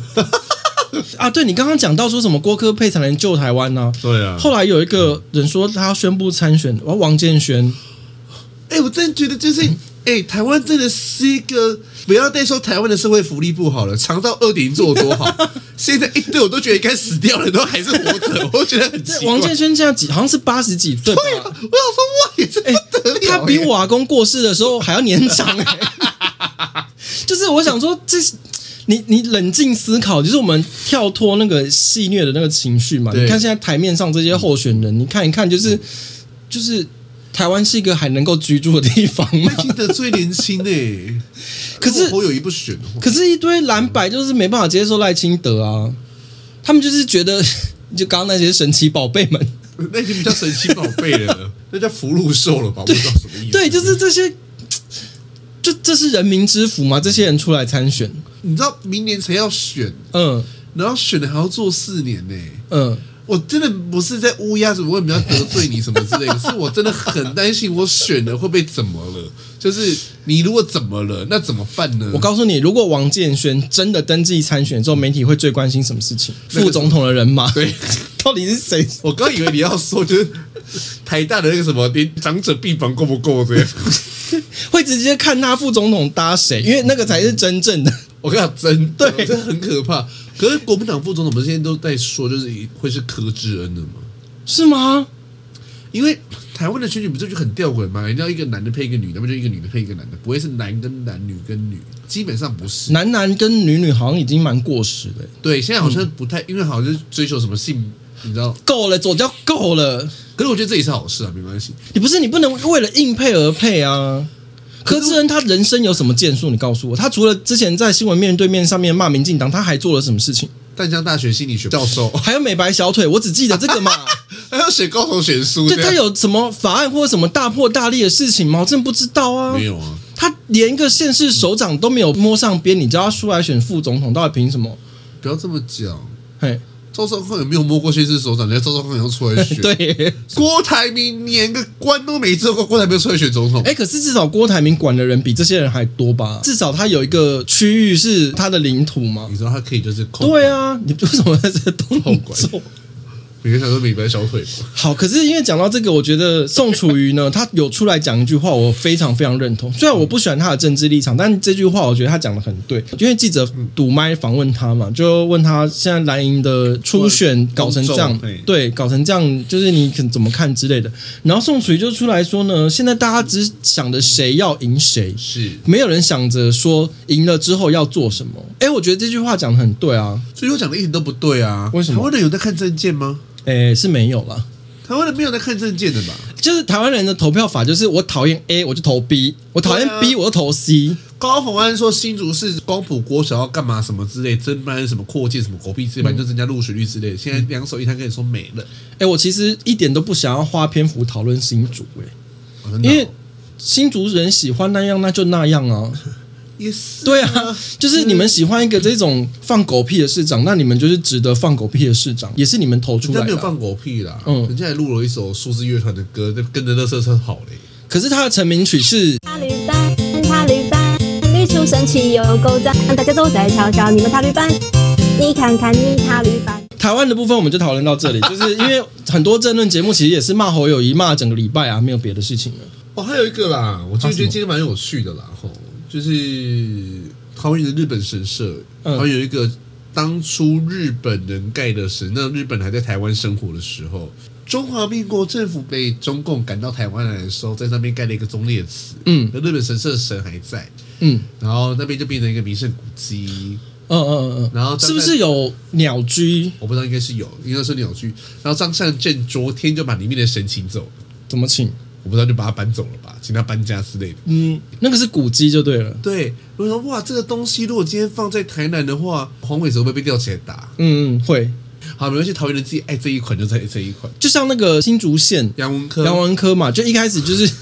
Speaker 2: 啊，对你刚刚讲到说什么郭科配才能救台湾呢、
Speaker 1: 对啊。
Speaker 2: 后来有一个人说他要宣布参选，我王建轩，
Speaker 1: 哎、我真的觉得就是，哎、台湾真的是一个，不要再说台湾的社会福利不好了，肠道二点零做得多 好，现在一堆我都觉得应该死掉了，都还是活着，我觉得很奇
Speaker 2: 这
Speaker 1: 怪。哎
Speaker 2: 王建轩现在几好像是八十几岁吧，
Speaker 1: 对啊，我啊想说哇，也是不得了耶、哎
Speaker 2: 他比我阿公过世的时候还要年长哎、 就是我想说这。你你冷静思考，就是我们跳脱那个戏虐的那个情绪嘛。
Speaker 1: 对
Speaker 2: 你看现在台面上这些候选人，你看一看，就是就是台湾是一个还能够居住的地方 嘛
Speaker 1: 赖。清德最年轻哎、
Speaker 2: 可是
Speaker 1: 如果侯友谊不选的话，
Speaker 2: 可是，一堆蓝白就是没办法接受赖清德啊，他们就是觉得 就刚刚那些神奇宝贝们，
Speaker 1: 那已经不叫神奇宝贝了，那叫福禄寿了吧？我不知道什么意思。
Speaker 2: 对，就是这些，就这是人民之福嘛？这些人出来参选，
Speaker 1: 你知道明年才要选，
Speaker 2: 嗯
Speaker 1: 然后选了还要做四年呢、
Speaker 2: 嗯，
Speaker 1: 我真的不是在乌鸦什么，我也没有得罪你什么 之类的，是我真的很担心我选了会被怎么了。就是你如果怎么了，那怎么办呢？
Speaker 2: 我告诉你，如果王建轩真的登记参选之后，媒体会最关心什么事情？
Speaker 1: 那个
Speaker 2: 副总统的人马，
Speaker 1: 对，
Speaker 2: 到底是谁？
Speaker 1: 我刚以为你要说就是台大的那个什么，连长者病房够不够这 样。
Speaker 2: 会直接看他副总统搭谁？因为那个才是真正的。
Speaker 1: 我跟你讲，真的
Speaker 2: 对
Speaker 1: 这很可怕。可是国民党副总统不是现在都在说，就是会是柯志恩的吗？
Speaker 2: 是吗？
Speaker 1: 因为台湾的选举不是就很吊诡吗？人家一个男的配一个女的，不就一个女的配一个男的，不会是男跟男，女跟女，基本上不是。
Speaker 2: 男男跟女女好像已经蛮过时的、
Speaker 1: 对，现在好
Speaker 2: 嗯
Speaker 1: 像不太，因为好像是追求什么性，你知道？
Speaker 2: 够了，左交够了。
Speaker 1: 可是我觉得这也是好事啊，没关系。
Speaker 2: 你不是你不能为了硬配而配啊！
Speaker 1: 可
Speaker 2: 柯
Speaker 1: 是
Speaker 2: 志恩他 人生有什么建树？你告诉我，他除了之前在新闻面对面上面骂民进党，他还做了什么事情？
Speaker 1: 淡江大学心理学教授，
Speaker 2: 还有美白小腿，我只记得这个嘛。
Speaker 1: 还要写高头选书，
Speaker 2: 对
Speaker 1: 这
Speaker 2: 他
Speaker 1: 样
Speaker 2: 有什么法案或者什么大破大立的事情吗？我真的不知道啊。
Speaker 1: 没有啊？
Speaker 2: 他连一个县市首长都没有摸上边，你叫他出来选副总统，到底凭什么？
Speaker 1: 不要这么讲。
Speaker 2: 嘿，
Speaker 1: 赵少康有没有摸过县市首长？人家赵少康要出来选。，
Speaker 2: 对，
Speaker 1: 郭台铭连个官都没做过，郭台铭出来选总统，
Speaker 2: 哎，可是至少郭台铭管的人比这些人还多吧？至少他有一个区域是他的领土嘛
Speaker 1: 你。知道他可以就是控
Speaker 2: 对，啊，你为什么在这动
Speaker 1: 控
Speaker 2: 作
Speaker 1: 管？每个人想说美白小腿嘛，
Speaker 2: 好，可是因为讲到这个，我觉得宋楚瑜呢，他有出来讲一句话，我非常非常认同。虽然我不喜欢他的政治立场，但这句话我觉得他讲的很对。因为记者堵麦访问他嘛，就问他现在蓝营的初选搞成这样
Speaker 1: 公众对，
Speaker 2: 对，搞成这样，就是你肯怎么看之类的。然后宋楚瑜就出来说呢，现在大家只想着谁要赢谁，
Speaker 1: 是。
Speaker 2: 没有人想着说赢了之后要做什么。哎，我觉得这句话讲的很对啊，
Speaker 1: 所以我讲的一点都不对啊！
Speaker 2: 为什么
Speaker 1: 台湾人有在看证件吗？
Speaker 2: 哎，是没有啦。
Speaker 1: 台湾人没有在看证件的吧？
Speaker 2: 就是台湾人的投票法，就是我讨厌 A 我就投 B，我讨厌
Speaker 1: 对啊
Speaker 2: B 我就投 C。
Speaker 1: 高鸿安说新竹市光谱国小要干嘛什么之类，增班什么扩建什么狗屁之类，反
Speaker 2: 嗯
Speaker 1: 正就增加录取率之类的。现在两手一摊跟你说没了，
Speaker 2: 哎、我其实一点都不想要花篇幅讨论新竹、欸，
Speaker 1: 哦真的
Speaker 2: 因
Speaker 1: 哦
Speaker 2: 为新竹人喜欢那样，那就那 样啊。
Speaker 1: 也是
Speaker 2: 对啊，就是你们喜欢一个这种放狗屁的市长，那你们就是值得放狗屁的市长，也是你们投出
Speaker 1: 人家
Speaker 2: 来
Speaker 1: 没
Speaker 2: 的
Speaker 1: 有
Speaker 2: 啊。
Speaker 1: 放狗屁啦，
Speaker 2: 嗯
Speaker 1: 人家还录了一首数字乐团的歌，在跟着乐色车跑嘞。
Speaker 2: 可是他的成名曲是
Speaker 3: 塔绿班，塔绿班，绿树神奇有够赞，大家都在瞧瞧你们塔绿班，你看看你塔绿班。
Speaker 2: 台湾的部分，我们就讨论到这 里，就是因为很多政论节目其实也是骂侯友谊骂整个礼拜啊，没有别的事情了。
Speaker 1: 哦，还有一个啦，我就
Speaker 2: 啊
Speaker 1: 觉
Speaker 2: 什
Speaker 1: 得
Speaker 2: 么
Speaker 1: 今天蛮有趣的啦，吼，就是桃园的日本神社，
Speaker 2: 嗯
Speaker 1: 好像有一个当初日本人盖的神，那日本还在台湾生活的时候，中华民国政府被中共赶到台湾来的时候，在那边盖了一个忠烈祠，
Speaker 2: 嗯
Speaker 1: 那日本神社的神还在，
Speaker 2: 嗯
Speaker 1: 然后那边就变成一个名胜古迹，
Speaker 2: 嗯嗯嗯嗯，
Speaker 1: 然后
Speaker 2: 是不
Speaker 1: 大概
Speaker 2: 是有鸟居？
Speaker 1: 我不知道应该是有，应该是鸟居，然后张善政昨天就把里面的神请走了。
Speaker 2: 怎么请？
Speaker 1: 我不知道就把它搬走了吧，请他搬家之类的。
Speaker 2: 嗯，那个是古迹就对了。
Speaker 1: 对，我说哇，这个东西如果今天放在台南的话，黄伟哲会不会被吊起来打？
Speaker 2: 嗯嗯，会，
Speaker 1: 好，没关系，桃园人自己爱这一款就爱这一款。
Speaker 2: 就像那个新竹县
Speaker 1: 杨文科，
Speaker 2: 杨文科嘛，就一开始就是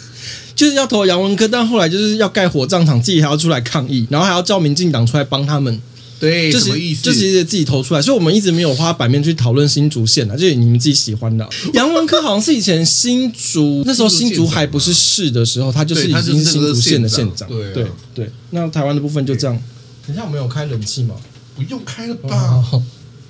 Speaker 2: 就是要投杨文科，但后来就是要盖火葬场，自己还要出来抗议，然后还要叫民进党出来帮他们，
Speaker 1: 对，
Speaker 2: 就
Speaker 1: 什么意
Speaker 2: 是
Speaker 1: 思？
Speaker 2: 就是自己投出来，所以我们一直没有花版面去讨论新竹县啊，就是你们自己喜 欢的啊、杨文科好像是以前新竹那时候新竹还不是市的时候，他就是
Speaker 1: 对
Speaker 2: 已
Speaker 1: 他就是
Speaker 2: 经是新竹县的县
Speaker 1: 那
Speaker 2: 长，
Speaker 1: 个县长
Speaker 2: 对
Speaker 1: 对啊
Speaker 2: 对。那台湾的部分就这样。等一下，我们有开冷气吗？
Speaker 1: 不用开了吧？
Speaker 2: 好，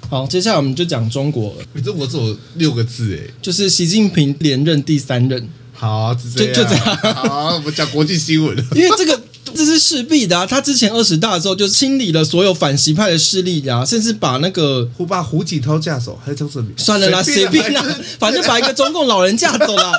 Speaker 2: 好，接下来我们就讲中国了。
Speaker 1: 你中国只有六个字哎。
Speaker 2: 就是习近平连任第三 任，
Speaker 1: 好，就这样。
Speaker 2: 就就这样
Speaker 1: 好，我们讲国际新闻。
Speaker 2: 因为这个这是势必的啊。他之前二十大的时候就清理了所有反习派的势力啊，甚至把那个
Speaker 1: 胡把胡锦涛架手，还有张胜明。
Speaker 2: 算了啦，随便啦， 反正把一个中共老人架走 啦。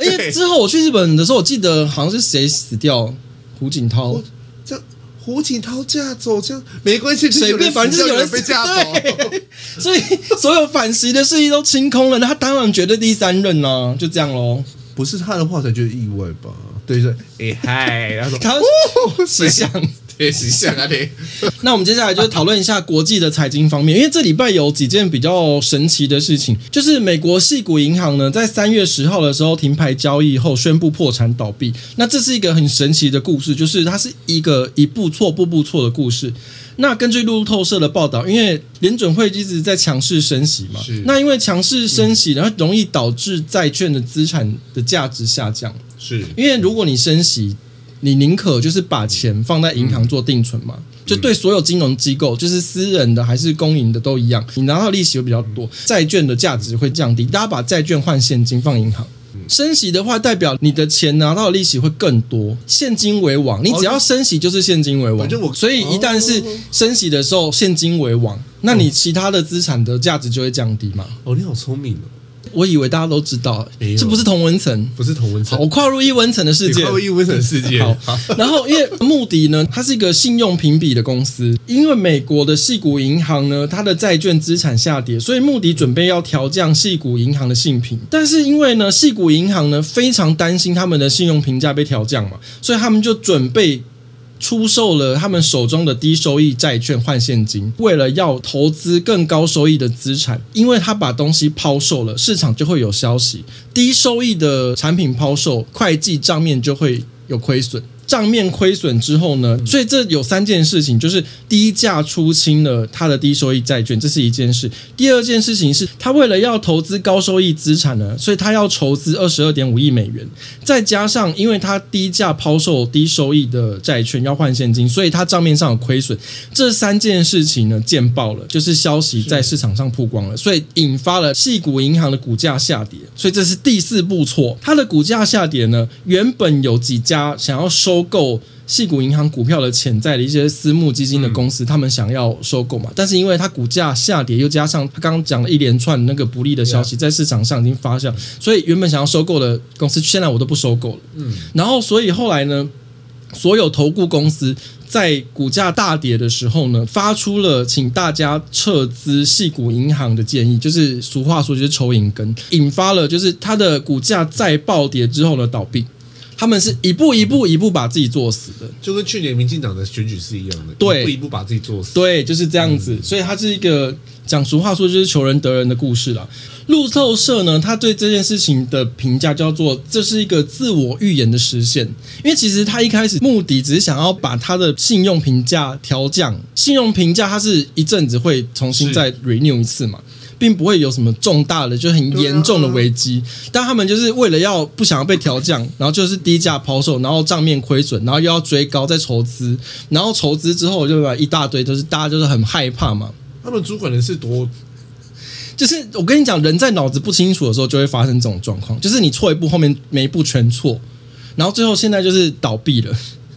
Speaker 2: 因
Speaker 1: 对
Speaker 2: 为之后我去日本的时候，我记得好像是谁死掉，胡锦涛
Speaker 1: 我。这样胡锦涛架走，这样没关系，
Speaker 2: 随便，反正就是有人
Speaker 1: 被架走。
Speaker 2: 对， 所以所有反习的势力都清空了，那他当然绝对第三任呢、就这样 喽。
Speaker 1: 不是他的话才觉得意外吧？对，对，哎嗨，然后说
Speaker 2: 他
Speaker 1: 哦
Speaker 2: 是像。
Speaker 1: 对，是像啊对，
Speaker 2: 那我们接下来就讨论一下国际的财经方面，因为这礼拜有几件比较神奇的事情，就是美国系股银行呢，在三月十号的时候停牌交易后宣布破产倒闭。那这是一个很神奇的故事，就是它是一个一步错步步错的故事。那根据路透社的报道，因为联准会一直在强势升息嘛
Speaker 1: 是，
Speaker 2: 那因为强势升息，然后容易导致债券的资产的价值下降。
Speaker 1: 是
Speaker 2: 因为如果你升息，你宁可就是把钱放在银行做定存
Speaker 1: 嗯
Speaker 2: 嘛，就对所有金融机构，就是私人的还是公营的都一样，你拿到利息会比较
Speaker 1: 嗯
Speaker 2: 多，债券的价值会降低，大家把债券换现金放银行。
Speaker 1: 嗯
Speaker 2: 升息的话，代表你的钱拿到的利息会更多，现金为王。你只要升息就是现金为王
Speaker 1: 哦反正，我哦
Speaker 2: 所以一旦是升息的时候，现金为王，那你其他的资产的价值就会降低嘛。
Speaker 1: 哦，你好聪明哦，
Speaker 2: 我以为大家都知道，
Speaker 1: 没有
Speaker 2: 这不是同文层，
Speaker 1: 不是同文层
Speaker 2: 好，我，跨入一文层的世
Speaker 1: 你
Speaker 2: 界
Speaker 1: 跨。入异文层世界。
Speaker 2: 好，然后因为穆迪呢，它是一个信用评比的公司，因为美国的系股银行呢，它的债券资产下跌，所以穆迪准备要调降系股银行的信评。但是因为呢，系股银行呢非常担心他们的信用评价被调降嘛，所以他们就准备出售了他们手中的低收益债券换现金，为了要投资更高收益的资产，因为他把东西抛售了，市场就会有消息，低收益的产品抛售，会计账面就会有亏损。账面亏损之后呢，所以这有三件事情，就是低价出清了他的低收益债券，这是一件事。第二件事情是，他为了要投资高收益资产呢，所以他要筹资二十二点五亿美元，再加上因为他低价抛售低收益的债券要换现金，所以他账面上有亏损。这三件事情呢，见报了，就是消息在市场上曝光了，所以引发了系股银行的股价下跌。所以这是第四步错，它的股价下跌呢，原本有几家想要收购。系股银行股票的潜在的一些私募基金的公司，他们想要收购嘛，但是因为它股价下跌，又加上他刚刚讲了一连串那个不利的消息在市场上已经发酵，所以原本想要收购的公司，现在我都不收购了。嗯，然后所以后来呢，所有投顾公司在股价大跌的时候呢，发出了请大家撤资系股银行的建议，就是俗话说就是抽银根，引发了就是它的股价再暴跌之后呢倒闭。他们是一步一步一步把自己做死的，
Speaker 1: 就跟去年民进党的选举是一样的，
Speaker 2: 对
Speaker 1: 一步一步把自己做死。
Speaker 2: 对，就是这样子。所以它是一个讲俗话说就是求人得人的故事啦。路透社呢，他对这件事情的评价叫做这是一个自我预言的实现，因为其实他一开始目的只是想要把他的信用评价调降，信用评价它是一阵子会重新
Speaker 1: 是
Speaker 2: 再 renew 一次嘛。并不会有什么重大的，就是很严重的危机。但他们就是为了要不想要被调降，然后就是低价抛售，然后账面亏损，然后又要追高再筹资，然后筹资之后就把一大堆，就是大家就是很害怕嘛。
Speaker 1: 他们主管人是多
Speaker 2: 就是我跟你讲，人在脑子不清楚的时候就会发生这种状况，就是你错一步，后面每一步全错，然后最后现在就是倒闭了。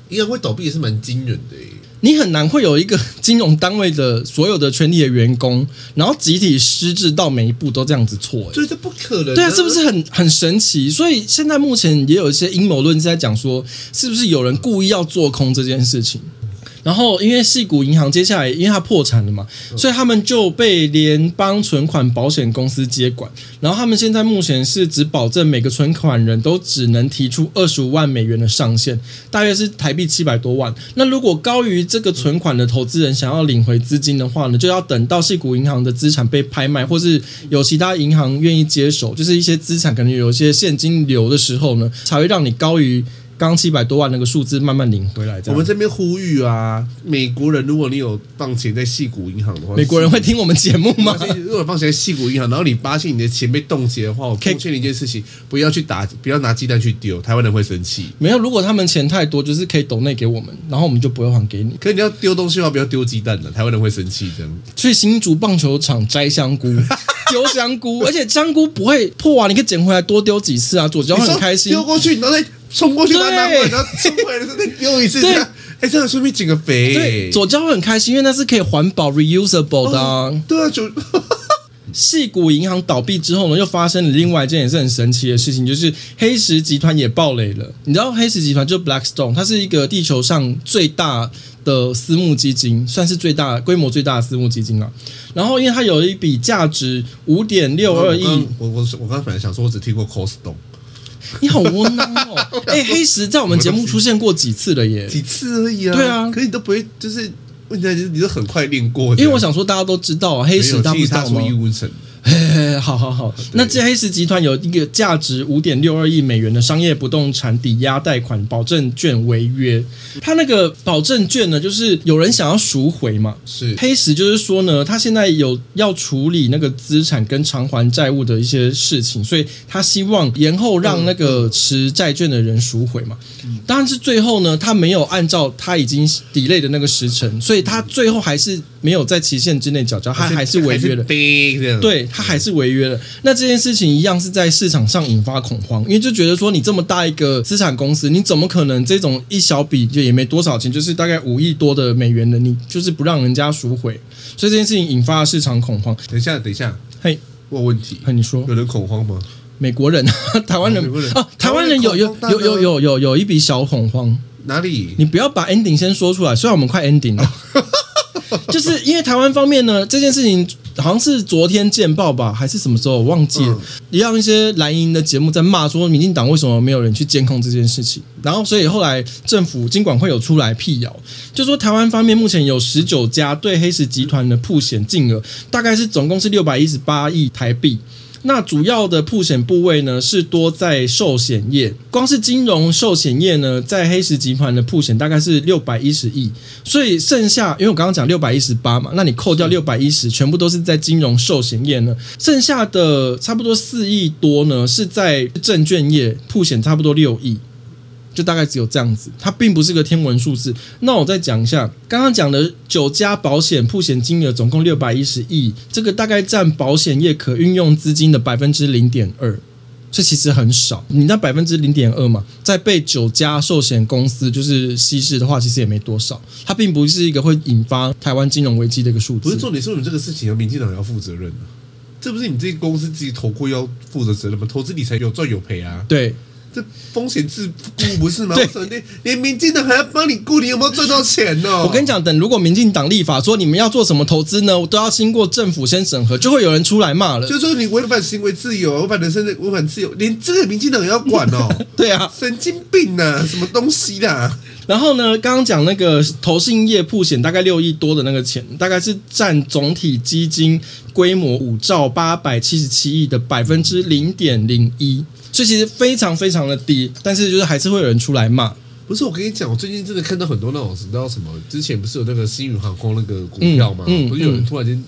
Speaker 1: 银行会倒闭也是蛮惊人的耶。欸
Speaker 2: 你很难会有一个金融单位的所有的全体的员工，然后集体失智到每一步都这样子错、欸
Speaker 1: 所以这不可能、
Speaker 2: 对啊，是不是？很很神奇？所以现在目前也有一些阴谋论是在讲说，是不是有人故意要做空这件事情？然后因为系股银行接下来因为它破产了嘛，所以他们就被联邦存款保险公司接管。然后他们现在目前是只保证每个存款人都只能提出二十五万美元的上限，大约是台币七百多万。那如果高于这个存款的投资人想要领回资金的话呢，就要等到系股银行的资产被拍卖，或是有其他银行愿意接手，就是一些资产可能有一些现金流的时候呢，才会让你高于刚七百多万那个数字慢慢领回来。这
Speaker 1: 我
Speaker 2: 样
Speaker 1: 们这边呼吁啊，美国人，如果你有放钱在细谷银行的话，
Speaker 2: 美国人会听我们节目吗
Speaker 1: 发？现如果放钱在细谷银行，然后你发现你的钱被冻结的话，我
Speaker 2: 可以
Speaker 1: 奉劝你一件事情，不要去打，不要拿鸡蛋去丢，台湾人会生气。
Speaker 2: 没有，如果他们钱太多，就是可以抖内给我们，然后我们就不会还给你。
Speaker 1: 可你要丢东西的话，不要丢鸡蛋了，台湾人会生气。这样，
Speaker 2: 去新竹棒球场摘香 菇、丢香菇，而且香菇不会破啊，你可以捡回来多丢几次啊，左交
Speaker 1: 你
Speaker 2: 很
Speaker 1: 说
Speaker 2: 开心。
Speaker 1: 丢过去，然后再冲过去把它拿回来，
Speaker 2: 对
Speaker 1: 然后冲回来的时候再丢 一次。
Speaker 2: 对
Speaker 1: 这样哎，这样顺便捡个肥。
Speaker 2: 对，左交很开心，因为那是可以环保 reusable 的、啊。
Speaker 1: 对啊，就
Speaker 2: 细谷银行倒闭之后呢，又发生了另外一件也是很神奇的事情，就是黑石集团也爆雷了。你知道黑石集团就是 Blackstone，它是一个地球上最大的私募基金，算是最大规模最大的私募基金了。然后因为它有一笔价值五点六二亿，
Speaker 1: 我我我刚刚本来想说，我只听过 Costco
Speaker 2: 你好窝囊哦！哎、黑石在我们节目出现过几次了耶。
Speaker 1: 几次而已啊。
Speaker 2: 对啊
Speaker 1: 可是你都不会，就是问题就是你都很快练过。
Speaker 2: 因为我想说，大家都知道啊，黑
Speaker 1: 没
Speaker 2: 石
Speaker 1: 有，
Speaker 2: 大家
Speaker 1: 其
Speaker 2: 不
Speaker 1: 实
Speaker 2: 知
Speaker 1: 他
Speaker 2: 道
Speaker 1: 出
Speaker 2: 吗？
Speaker 1: 易无成，
Speaker 2: 哎，好好好，那这黑石集团有一个价值五点六二亿美元的商业不动产抵押贷款保证券违约，它那个保证券呢，就是有人想要赎回嘛。
Speaker 1: 是
Speaker 2: 黑石就是说呢，他现在有要处理那个资产跟偿还债务的一些事情，所以他希望延后让那个持债券的人赎回嘛。当然是最后呢，他没有按照他已经 delay 的那个时辰，所以他最后还是没有在期限之内缴交，他还是违约了。
Speaker 1: 叮这样。
Speaker 2: 对他还是违约了。那这件事情一样是在市场上引发恐慌，因为就觉得说你这么大一个资产公司，你怎么可能这种一小笔就也没多少钱，就是大概五亿多的美元的，你就是不让人家赎回，所以这件事情引发了市场恐慌。
Speaker 1: 等一下，等一下，
Speaker 2: 嘿，
Speaker 1: 我有问题。
Speaker 2: 嘿，你说
Speaker 1: 有人恐慌吗？
Speaker 2: 美国人、台湾人
Speaker 1: 美国人
Speaker 2: 啊，台湾人有有有有有有有一笔小恐慌，
Speaker 1: 哪里？
Speaker 2: 你不要把 ending 先说出来，虽然我们快 ending 了，就是因为台湾方面呢，这件事情好像是昨天见报吧，还是什么时候我忘记了
Speaker 1: 嗯，
Speaker 2: 也让一些蓝营的节目在骂说民进党为什么没有人去监控这件事情，然后所以后来政府经管会有出来辟谣，就说台湾方面目前有十九家对黑石集团的曝险金额，大概是总共是六百一十八亿台币。那主要的曝险部位呢，是多在寿险业。光是金融寿险业呢，在黑石集团的曝险大概是六百一十亿，所以剩下，因为我刚刚讲六百一十八嘛，那你扣掉六百一十，全部都是在金融寿险业呢。剩下的差不多四亿多呢，是在证券业曝险，差不多六亿。就大概只有这样子，它并不是个天文数字。那我再讲一下，刚刚讲的九家保险铺险金额总共六百一十亿，这个大概占保险业可运用资金的百分之零点二，这其实很少。你那百分之零点二嘛，在被九家寿险公司就是稀释的话，其实也没多少。它并不是一个会引发台湾金融危机的一个数
Speaker 1: 不是
Speaker 2: 字。
Speaker 1: 重点是你这个事情，民进党也要负责任啊。这不是你自己公司自己投过要负责责任吗？投资理财有赚有赔啊，
Speaker 2: 对，
Speaker 1: 这风险自顾不是吗？
Speaker 2: 对
Speaker 1: 为什么连连民进党还要帮你顾你有没有赚到钱哦呢、
Speaker 2: 我跟你讲，等如果民进党立法说你们要做什么投资呢，都要经过政府先审核，就会有人出来骂了。
Speaker 1: 就说你违反行为自由，违反人身的违反自由，连这个民进党也要管 哦，
Speaker 2: 对啊，
Speaker 1: 神经病呐、什么东西啦、
Speaker 2: 然后呢，刚刚讲那个投信业铺险大概六亿多的那个钱，大概是占总体基金规模五兆八百七十七亿的百分之零点零一，所以其实非常非常的低，但是就是还是会有人出来骂。
Speaker 1: 不是，我跟你讲，我最近真的看到很多那种，你知道什么？之前不是有那个星宇航空那个股票吗？
Speaker 2: 嗯嗯
Speaker 1: 不是有人突然间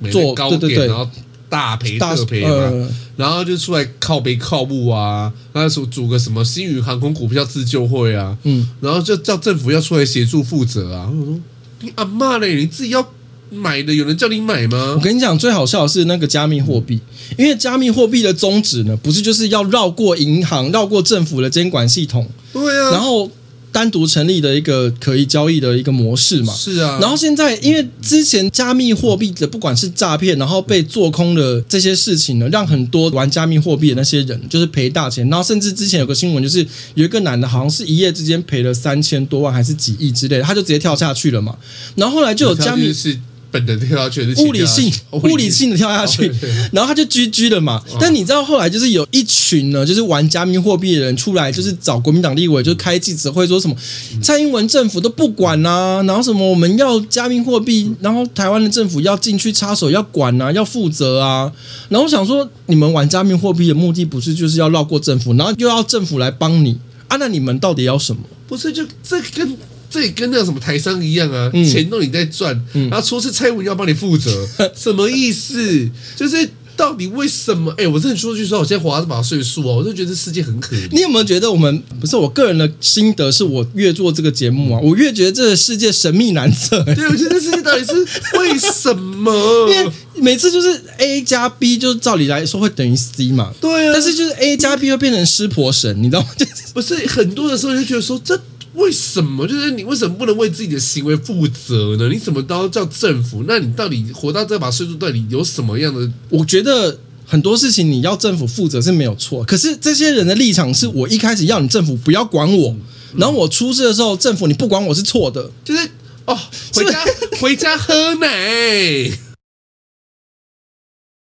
Speaker 1: 没了
Speaker 2: 做
Speaker 1: 高
Speaker 2: 对
Speaker 1: 点，
Speaker 2: 对对
Speaker 1: 然后大赔
Speaker 2: 大
Speaker 1: 特赔嘛，
Speaker 2: 呃
Speaker 1: 然后就出来靠背靠木啊，那时候组个什么星宇航空股票自救会啊，
Speaker 2: 嗯，
Speaker 1: 然后就叫政府要出来协助负责啊。我说你阿妈嘞，你自己要买的，有人叫你买吗
Speaker 2: 我？跟你讲，最好笑的是那个加密货币，因为加密货币的宗旨呢，不是就是要绕过银行、绕过政府的监管系统，
Speaker 1: 对啊，
Speaker 2: 然后单独成立的一个可以交易的一个模式嘛。
Speaker 1: 是啊，
Speaker 2: 然后现在，因为之前加密货币的不管是诈骗，然后被做空的这些事情呢，让很多玩加密货币的那些人就是赔大钱。然后甚至之前有个新闻，就是有一个男的，好像是一夜之间赔了三千多万还是几亿之类的，他就直接跳下去了嘛。然后后来就有
Speaker 1: 股票
Speaker 2: 加密
Speaker 1: 就是本能跳下去，还是
Speaker 2: 物理性
Speaker 1: 钱跳下去
Speaker 2: 物理性的跳下去
Speaker 1: 哦对对，
Speaker 2: 然后他就 GG 了嘛。但你知道后来就是有一群呢，就是玩加密货币的人出来，就是找国民党立委就开记者会说什么蔡英文政府都不管啊，然后什么我们要加密货币，然后台湾的政府要进去插手要管啊，要负责啊。然后我想说，你们玩加密货币的目的不是就是要绕过政府，然后又要政府来帮你啊？那你们到底要什么？
Speaker 1: 不是，就这跟这也跟那个什么台商一样啊，
Speaker 2: 嗯
Speaker 1: 钱都你在赚，然后说是蔡文要帮你负 责，什么意思？就是到底为什么？哎、我真的说句实话，我现在活到这把岁数哦，我就觉得这世界很可怜。
Speaker 2: 你有没有觉得我们不是我个人的心得？是我越做这个节目啊，我越觉得这个世界神秘难测、欸
Speaker 1: 嗯对，我觉得这世界到底是为什么？
Speaker 2: 因为每次就是 A 加 B，就是照理来说会等于 C 嘛。
Speaker 1: 对啊
Speaker 2: 但是就是 A 加 B 会变成湿婆神，你知道吗？就是
Speaker 1: 不是很多的时候就觉得说这。为什么？就是你为什么不能为自己的行为负责呢？你怎么都要叫政府？那你到底活到这把岁数，到底有什么样的
Speaker 2: 我觉得很多事情你要政府负责是没有错，可是这些人的立场是我一开始要你政府不要管
Speaker 1: 嗯
Speaker 2: 我，然后我出事的时 候政府你不管我是错的。
Speaker 1: 就是哦，回家回家喝奶，